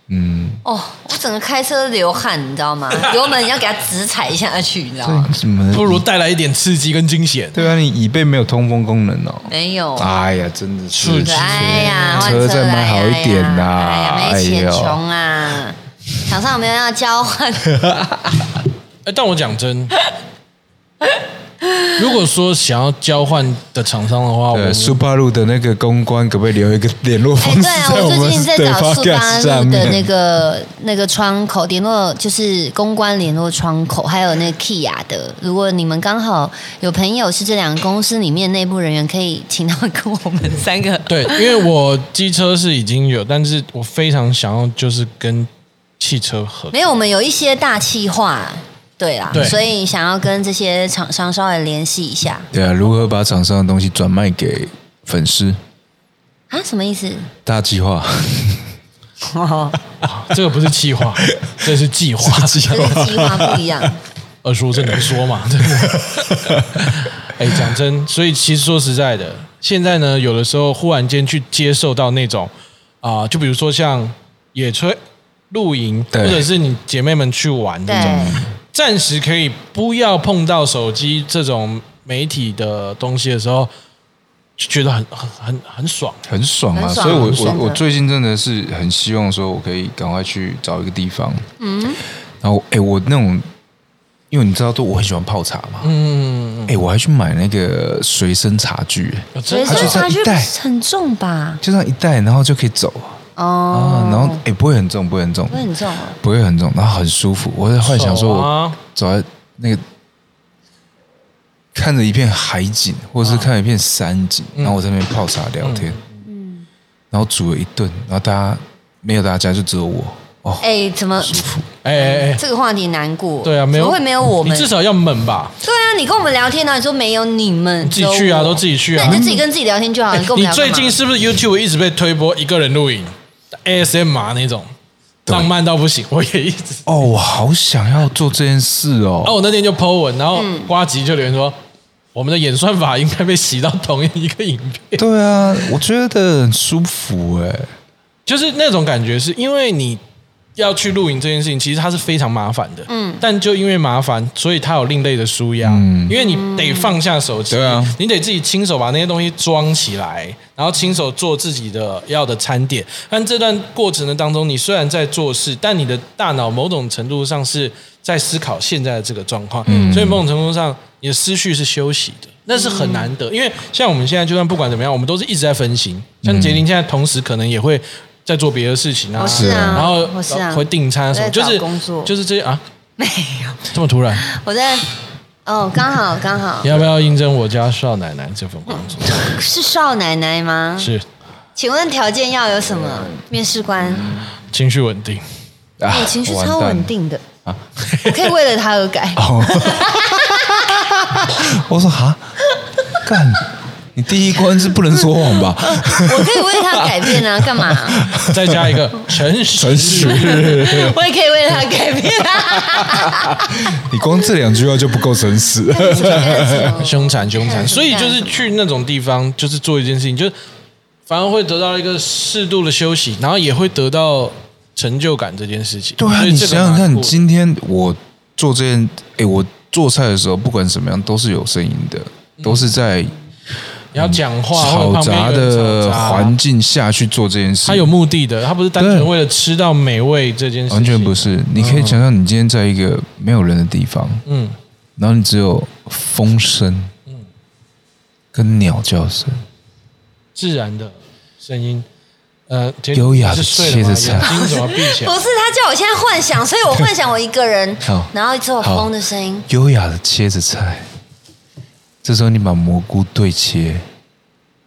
嗯，哦，我整个开车流汗，你知道吗？油门要给它直踩下去，你知道吗？怎么不如带来一点刺激跟惊险。对啊，你椅背没有通风功能哦。没有，啊哎呀，真的是是，对哎呀，换车车再啦买好一点啦哎呀，没哎钱呦穷啊，厂商有没有要交 换？哎，但我讲真，如果说想要交换的厂商的话，我呃，苏巴路的那个公关可不可以留一个联络哎，方式对啊，在我最们近在的找速 podcast 八上路的面那个那个窗口联络，就是公关联络窗口，还有那个 Kia 的。如果你们刚好有朋友是这两个公司里面内部人员，可以请他们跟我们三个。 对，因为我机车是已经有，但是我非常想要就是跟汽车 合。没有，我们有一些大企划，对啦，对所以想要跟这些厂商稍微联系一下对啊，如何把厂商的东西转卖给粉丝？啊，什么意 思？大计划，哦，这个不是计划，这是计划。计这个计划不一样。二叔这能说 吗？真的哎，讲真，所以其实说实在的，现在呢，有的时候忽然间去接受到那种啊、就比如说像野炊、露营，或对者是你姐妹们去玩这对种，，暂时可以不要碰到手机这种媒体的东西的时候，就觉得很很很很爽。很爽啊！很爽所以我真的我我最近真的是很希望说，我可以赶快去找一个地方。嗯，然后哎、我那种，因为你知道，都我很喜欢泡茶嘛。嗯，哎、我还去买那个随身茶具，有真所以的啊说差他就这样距一带很重吧？就这样一带，然后就可以走啊。哦啊，，然后哎、不会很重，不会很重，不会很重哦。不会很重，然后很舒服。我在幻想说，手我啊走在那个看着一片海景，或者是看着一片山景，然后我在那边泡茶聊天，嗯，然后煮了一顿，然后大家没有大家，就只有我哦，哎，怎么舒服。哎哎哎，这个话题难过？对啊，没有怎么会没有我们你？至少要闷吧，对啊，你跟我们聊天呢，你说没有你们，自己去啊，都自己。己去那啊你。就自己跟自己聊天 就好了。你跟我们你聊干最嘛近是不是 YouTube 一直被推播一个人录影 ASM r 那种，对浪漫到不行？我也一直。哦，我好想要做这件事哦。嗯哦，我那天就 Po 文，然后瓜吉就留言说，我们的演算法应该被洗到同一个影片。对啊，我觉得很舒服哎、就是那种感觉，是因为你要去露营这件事情，其实它是非常麻烦的。嗯，但就因为麻烦，所以它有另类的舒压。嗯因为你得放下手机，对啊你得自己亲手把那些东西装起来，然后亲手做自己的要的餐点。但这段过程的当中，你虽然在做事，但你的大脑某种程度上是在思考现在的这个状况，所以某种程度上，你的思绪是休息的。那是很难得，因为像我们现在就算不管怎么样，我们都是一直在分心。像杰林现在同时可能也会在做别的事情啊，我是啊然后我是啊会订餐啊什么，我在就找是工作就是这些啊， 没有？这么突然，我在哦，刚好刚好你要不要应征我家少奶奶这份工作？是少奶奶吗？是请问条件要有什么？面试官，情绪稳 定，啊哎，情绪完超蛋稳定的，啊！我可以为了他而改。哦， 我说哈，干，你第一关是不能说谎吧？我可以为他改变啊，干嘛？ 再加一个诚实，诚实，我也可以为他改变啊。你光这两句话就不够诚实 了。你想干什么凶残凶残，干什所么以就是去那种地方，就是做一件事情，就是反而会得到一个适度的休息，然后也会得到成就感这件事情。对啊，所以你这个想想蛮看，你酷的今天我做这件，哎，我做菜的时候，不管怎么样，都是有声音的，嗯都是在你要讲话，或者吵旁边杂有人的吵杂环境下去做这件事。他有目的的，他不是单纯为了吃到美味这件事情，完全不。是，你可以想象你今天在一个没有人的地方，嗯，然后你只有风声，跟鸟叫声，自然的声音，呃，杰优雅地你是睡了切吗着菜眼睛怎么闭起来 不？是他叫我现在幻想，所以我幻想我一个人好，然后只有好风的声音。优雅的切着菜。这时候你把蘑菇对切，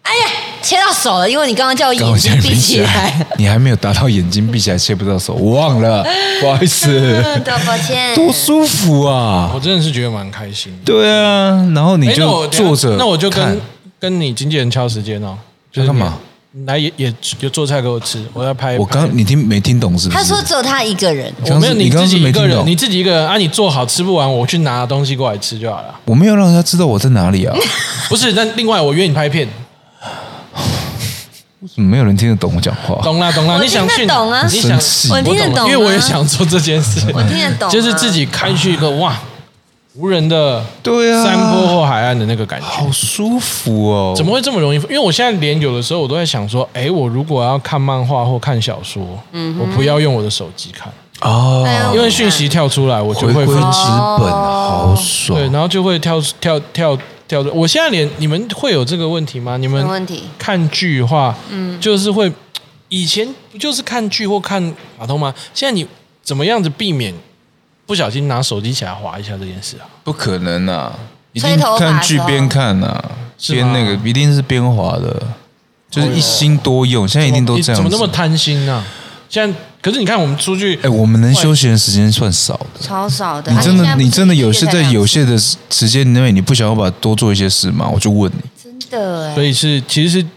哎呀，切到手了，因为你刚刚叫我刚好眼现睛在闭闭起起来 来。，你还没有达到眼睛闭起来切不到手，我忘了，不好意 思，嗯，对，抱歉。多舒服我啊！真的是觉得蛮开心的。对啊，然后你哎那我就等一下坐着看，那我就跟跟你经纪人敲时间哦，哎要干嘛？你来也也也做菜给我吃，我要拍。我拍刚你听没听懂是不是？他说只有他一个人，刚没有是你刚自刚是己没一个听人，懂你自己一个人啊，你做好吃不完，我去拿东西过来吃就好了。我没有让人家知道我在哪里 啊，不是，那另外我约你拍片，为什么没有人听得懂我讲话？懂啦懂啦，我你想去听得懂啊哪你想生气我听得懂因啊为我也想做这件事，我听得懂啊就是自己开去一个哇无人的对啊，山坡或海岸的那个感觉。好舒服哦。怎么会这么容易？因为我现在连有的时候我都在想说，哎，我如果要看漫画或看小说，我不要用我的手机看，哦，哎呀因为讯息跳出来，我就回会归分资心。本，啊哦好爽对，。然后就会跳跳跳跳。我现在连你们会有这个问题吗？你没们问题。看剧的话，嗯，就是会以前不就是看剧或看卡通吗？现在你怎么样子避免不小心拿手机起来划一下这件事啊？不可能啊！一吹定头发看的剧时候边看啊，是边吗那个一定是边滑的，就是一心多用。现在一定都哦你这样。哎怎么那么？贪心啊？现在可是你看我们出去哎，，我们能休闲的时间算少的。超少的。你真的啊，你真的有些些在有限的时间内，你不想要把多做一些事吗？我就问你，真的哎、所以是其实是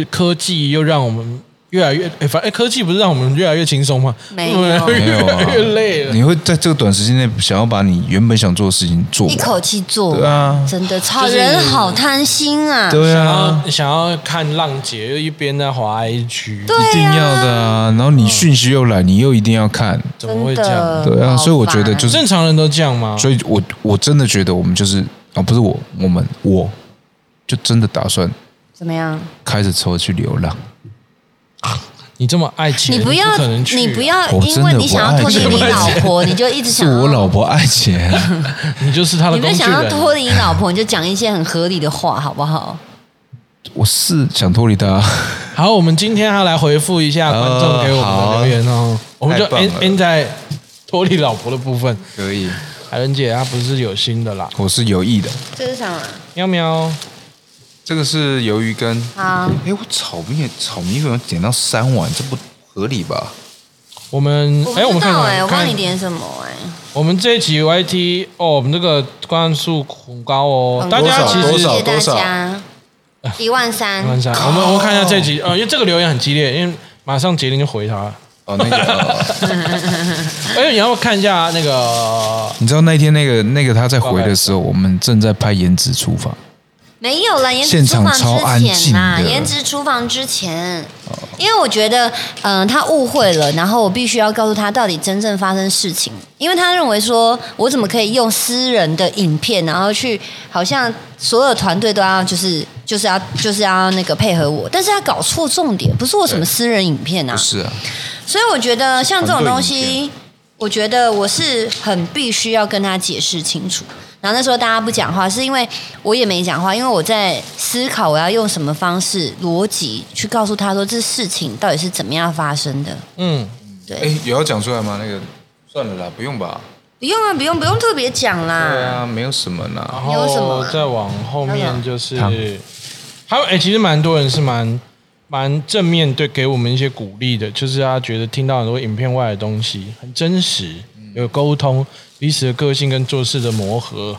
是科技又让我们。越来越，哎，反正科技不是让我们越来越轻松吗？没有 越来没越有啊越来越累了。你会在这个短时间内想要把你原本想做的事情做一完？口气做完，对啊真的超、就是人好贪心啊！对想啊，要想要看浪姐，又一边在滑 IG，对啊嗯一定要的啊。然后你讯息又来，你又一定要看，怎么会这真的样？对啊。好所以我觉得烦就是正常人都这样吗？所以我我真的觉得我们就是啊，不是我，我们我就真的打算怎么样？开着车去流浪。你这么爱钱，你不要，可能去啊你不，要，我因真的为你想要脱离 你老婆，你就一直是想要我老婆爱钱， 你就是他的你工不具想要人。脱离你老婆，你就讲一些很合理的话，好不好？我是想脱离她。好，我们今天要来回复一下观众给我们的留言哦。我们就呃啊太棒 end 了 end 在脱离老婆的部分。可以，海伦姐她不是有新的啦，我是有意的。这是什啊么？喵喵，这个是鱿鱼羹。好，哎，我炒面炒米粉要点到三碗，这不合理吧？我们我不哎，我知们看道哎、看，我帮你看点什么哎、我们这一集 YT 哦，我们这个观看数很高哦，很大高家其多实少谢谢大多少家，一万万三，三，啊我们我们看一下这一集，呃，因为这个留言很激烈，因为马上杰林就回他了。哦，那个，哎，你要看一下那个 你知道那一天那个那个他在回的时候，我们正在拍《颜值厨房》，没有了，颜值现厨场房超安之前静啦，的颜值厨房之前，因为我觉得，嗯、他误会了，然后我必须要告诉他到底真正发生事情，因为他认为说我怎么可以用私人的影片，然后去好像所有团队都要就是就是要就是要那个配合我，但是他搞错重点，不是我什么私人影片啊不，是啊，所以我觉得像这种东团队西，我觉得我是很必须要跟他解释清楚。然后那时候大家不讲话，是因为我也没讲话，因为我在思考我要用什么方式、逻辑去告诉他说这事情到底是怎么样发生的。嗯。对，哎，有要讲出来吗？那个算了啦，不用吧。不用啊，不用，不用特别讲嗯对啦。 啊，没有什么啦。然你有什么后啊再往后面就是汤，还有哎，其实蛮多人是蛮蛮正面对给我们一些鼓励的，就是他觉得听到很多影片外的东西很真实，嗯有沟通，彼此的个性跟做事的磨合，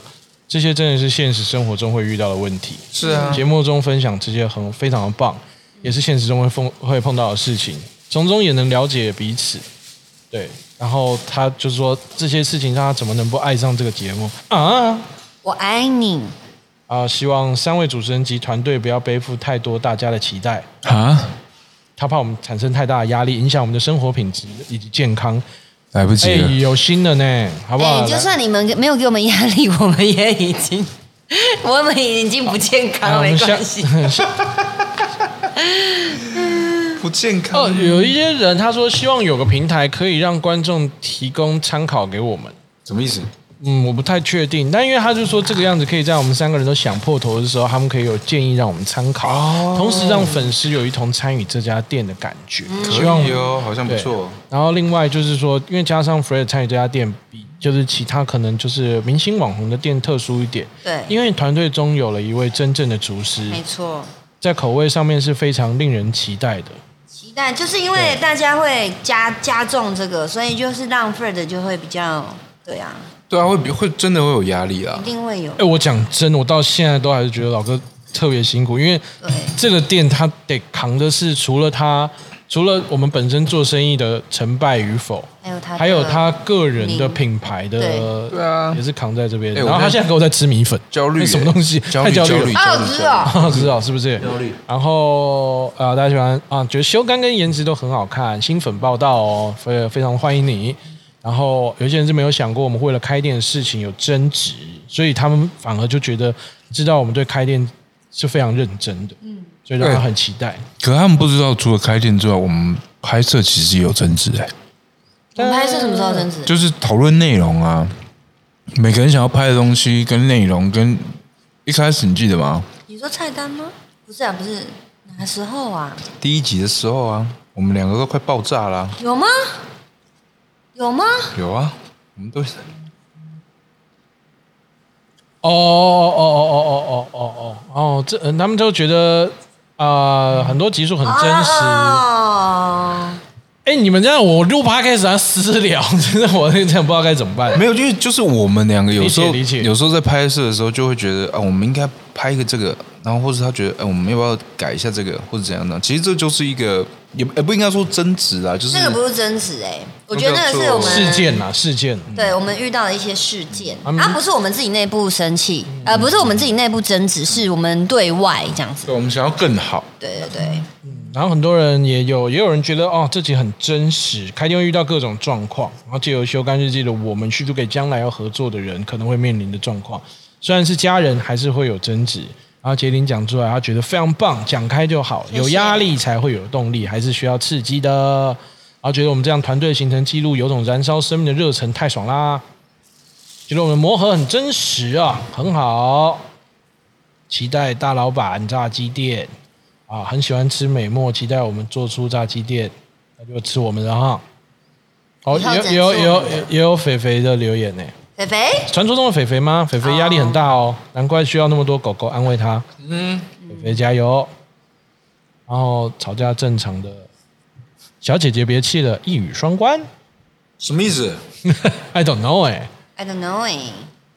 这些真的是现实生活中会遇到的问题。是嗯啊节目中分享这些很非常的棒，也是现实中会碰会碰到的事情，从中也能了解彼此。对，然后他就说这些事情让他怎么能不爱上这个节目啊？我爱哎你，啊、希望三位主持人及团队不要背负太多大家的期待，啊，他怕我们产生太大的压力，影响我们的生活品质以及健康。来不哎及了，，有新的呢，好不好？哎、就算你们 没有给我们压力，我们也已经， 我们已经不健来康，我们没下 关系。不健康哦，有一些人他说希望有个平台可以让观众提供参考给我们。什么意思？嗯，我不太确定，但因为他就说这个样子可以在我们三个人都想破头的时候，他们可以有建议让我们参考，哦同时让粉丝有一同参与这家店的感觉。嗯希望可以哦，好像不对错。然后另外就是说，因为加上 Fred 参与这家店，比就是其他可能就是明星网红的店特殊一点，对，因为团队中有了一位真正的厨师，没错。在口味上面是非常令人期待的。期待，就是因为大家会加加重这个，所以就是让 Fred 就会比较，对啊，对啊，会比会真的会有压力啦一。定会有哎，。我讲真，我到现在都还是觉得老哥特别辛苦，因为对这个店它得扛的是除了它除了我们本身做生意的成败与否，还有他的，还有他个人的名品牌的，对对啊也是扛在这边。哎然后我他看现在给我在吃米粉，焦虑那耶什么东西？焦太虑焦虑焦虑了，啊，我知道，知道是不是？虑然后啊、呃大家喜欢啊，觉得修干跟颜值都很好看，新粉报道哦，非非常欢迎你。然后有些人是没有想过，我们为了开店的事情有争执，所以他们反而就觉得知道我们对开店是非常认真的，嗯，所以让他对很期待。可他们不知道，除了开店之外，我们拍摄其实也有争执哎、我们拍摄什么时候争执？就是讨论内容啊，每个人想要拍的东西跟内容跟一开始你记得吗？你说菜单吗？不是啊，不是哪时候啊？第一集的时候啊，我们两个都快爆炸啦、有吗？有吗？有啊，我们都哦哦哦哦哦哦哦哦哦，这、呃他们都觉得啊、呃很多集数很真实。哦哎、你们这样我录 podcast 还要私聊，真的我真的不知道该怎么办。 没有，就是就是我们两个有时候理解理解有时候在拍摄的时候就会觉得啊，我们应该拍一个这个，然后或者他觉得哎、我们要不要改一下这个或者怎样的？其实这就是一个也也不应该说争执啊，就是那个不是争执哎、我觉得那个是我们事件呐，事件。对我们遇到的一些事件，嗯啊，不是我们自己内部生气，呃，不是我们自己内部争执，是我们对外这样子。对我们想要更好。对对对，然后很多人也有，也有人觉得哦，自己很真实，开店会遇到各种状况，然后借由修干日记的我们叙述给将来要合作的人可能会面临的状况。虽然是家人，还是会有争执。然后杰林讲出来，他觉得非常棒，讲开就好，谢谢有压力才会有动力，还是需要刺激的。然后觉得我们这样团队形成记录，有种燃烧生命的热忱，太爽啦！觉得我们磨合很真实啊，很好。期待大老板炸鸡店啊，很喜欢吃美墨，期待我们做出炸鸡店，那就吃我们的哈。哦，以后也只能有吃也我有们的也有肥肥的留言呢，肥肥，传说中的肥肥吗？肥肥压力很大哦，啊难怪需要那么多狗狗安慰他。嗯，肥肥加油。然后吵架正常的，小姐姐别气了，一语双关。 什么意思？ I don't know 哎、 I don't know 哎、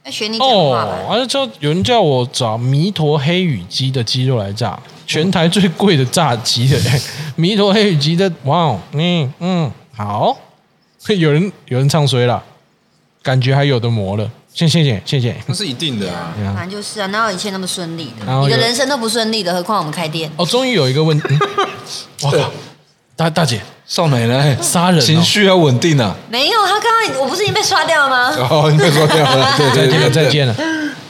要学你讲话吧。哦，啊，叫有人叫我找弥陀黑羽鸡的鸡肉来炸，全台最贵的炸鸡的、欸， 弥陀黑羽鸡的，哇哦，嗯嗯，好， 有人有人唱衰了，感觉还有的磨了，谢谢谢谢谢，那是一定的啊。反正就是啊，哪有一切那么顺利的然？后你的有人生都不顺利的，何况我们开店？哦，终于有一个问， 嗯、哇靠，大大姐少奶奶杀人哦情绪要稳定啊。没有，他刚刚我不是已经被刷掉了吗？哦，你被说掉了，对再对见了对，再见了，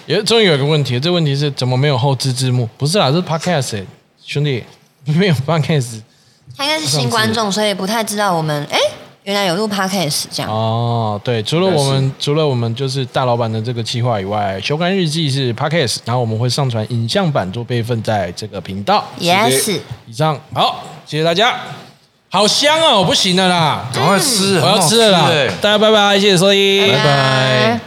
也终于有一个问题，这问题是怎么没有后置字幕？不是啦，这是 podcast，、欸、兄弟 没有 podcast 他应该是新观众，所以不太知道我们哎、原来有录 podcast 这样。哦，对，除了我们除了我们就是大老板的这个计划以外，修干日记是 podcast，然后我们会上传影像版做备份在这个频道。 yes，以上好，谢谢大家，好香哦，不行了啦，赶快吃，我要 很好吃了啦欸，大家拜拜，谢谢收听，拜拜。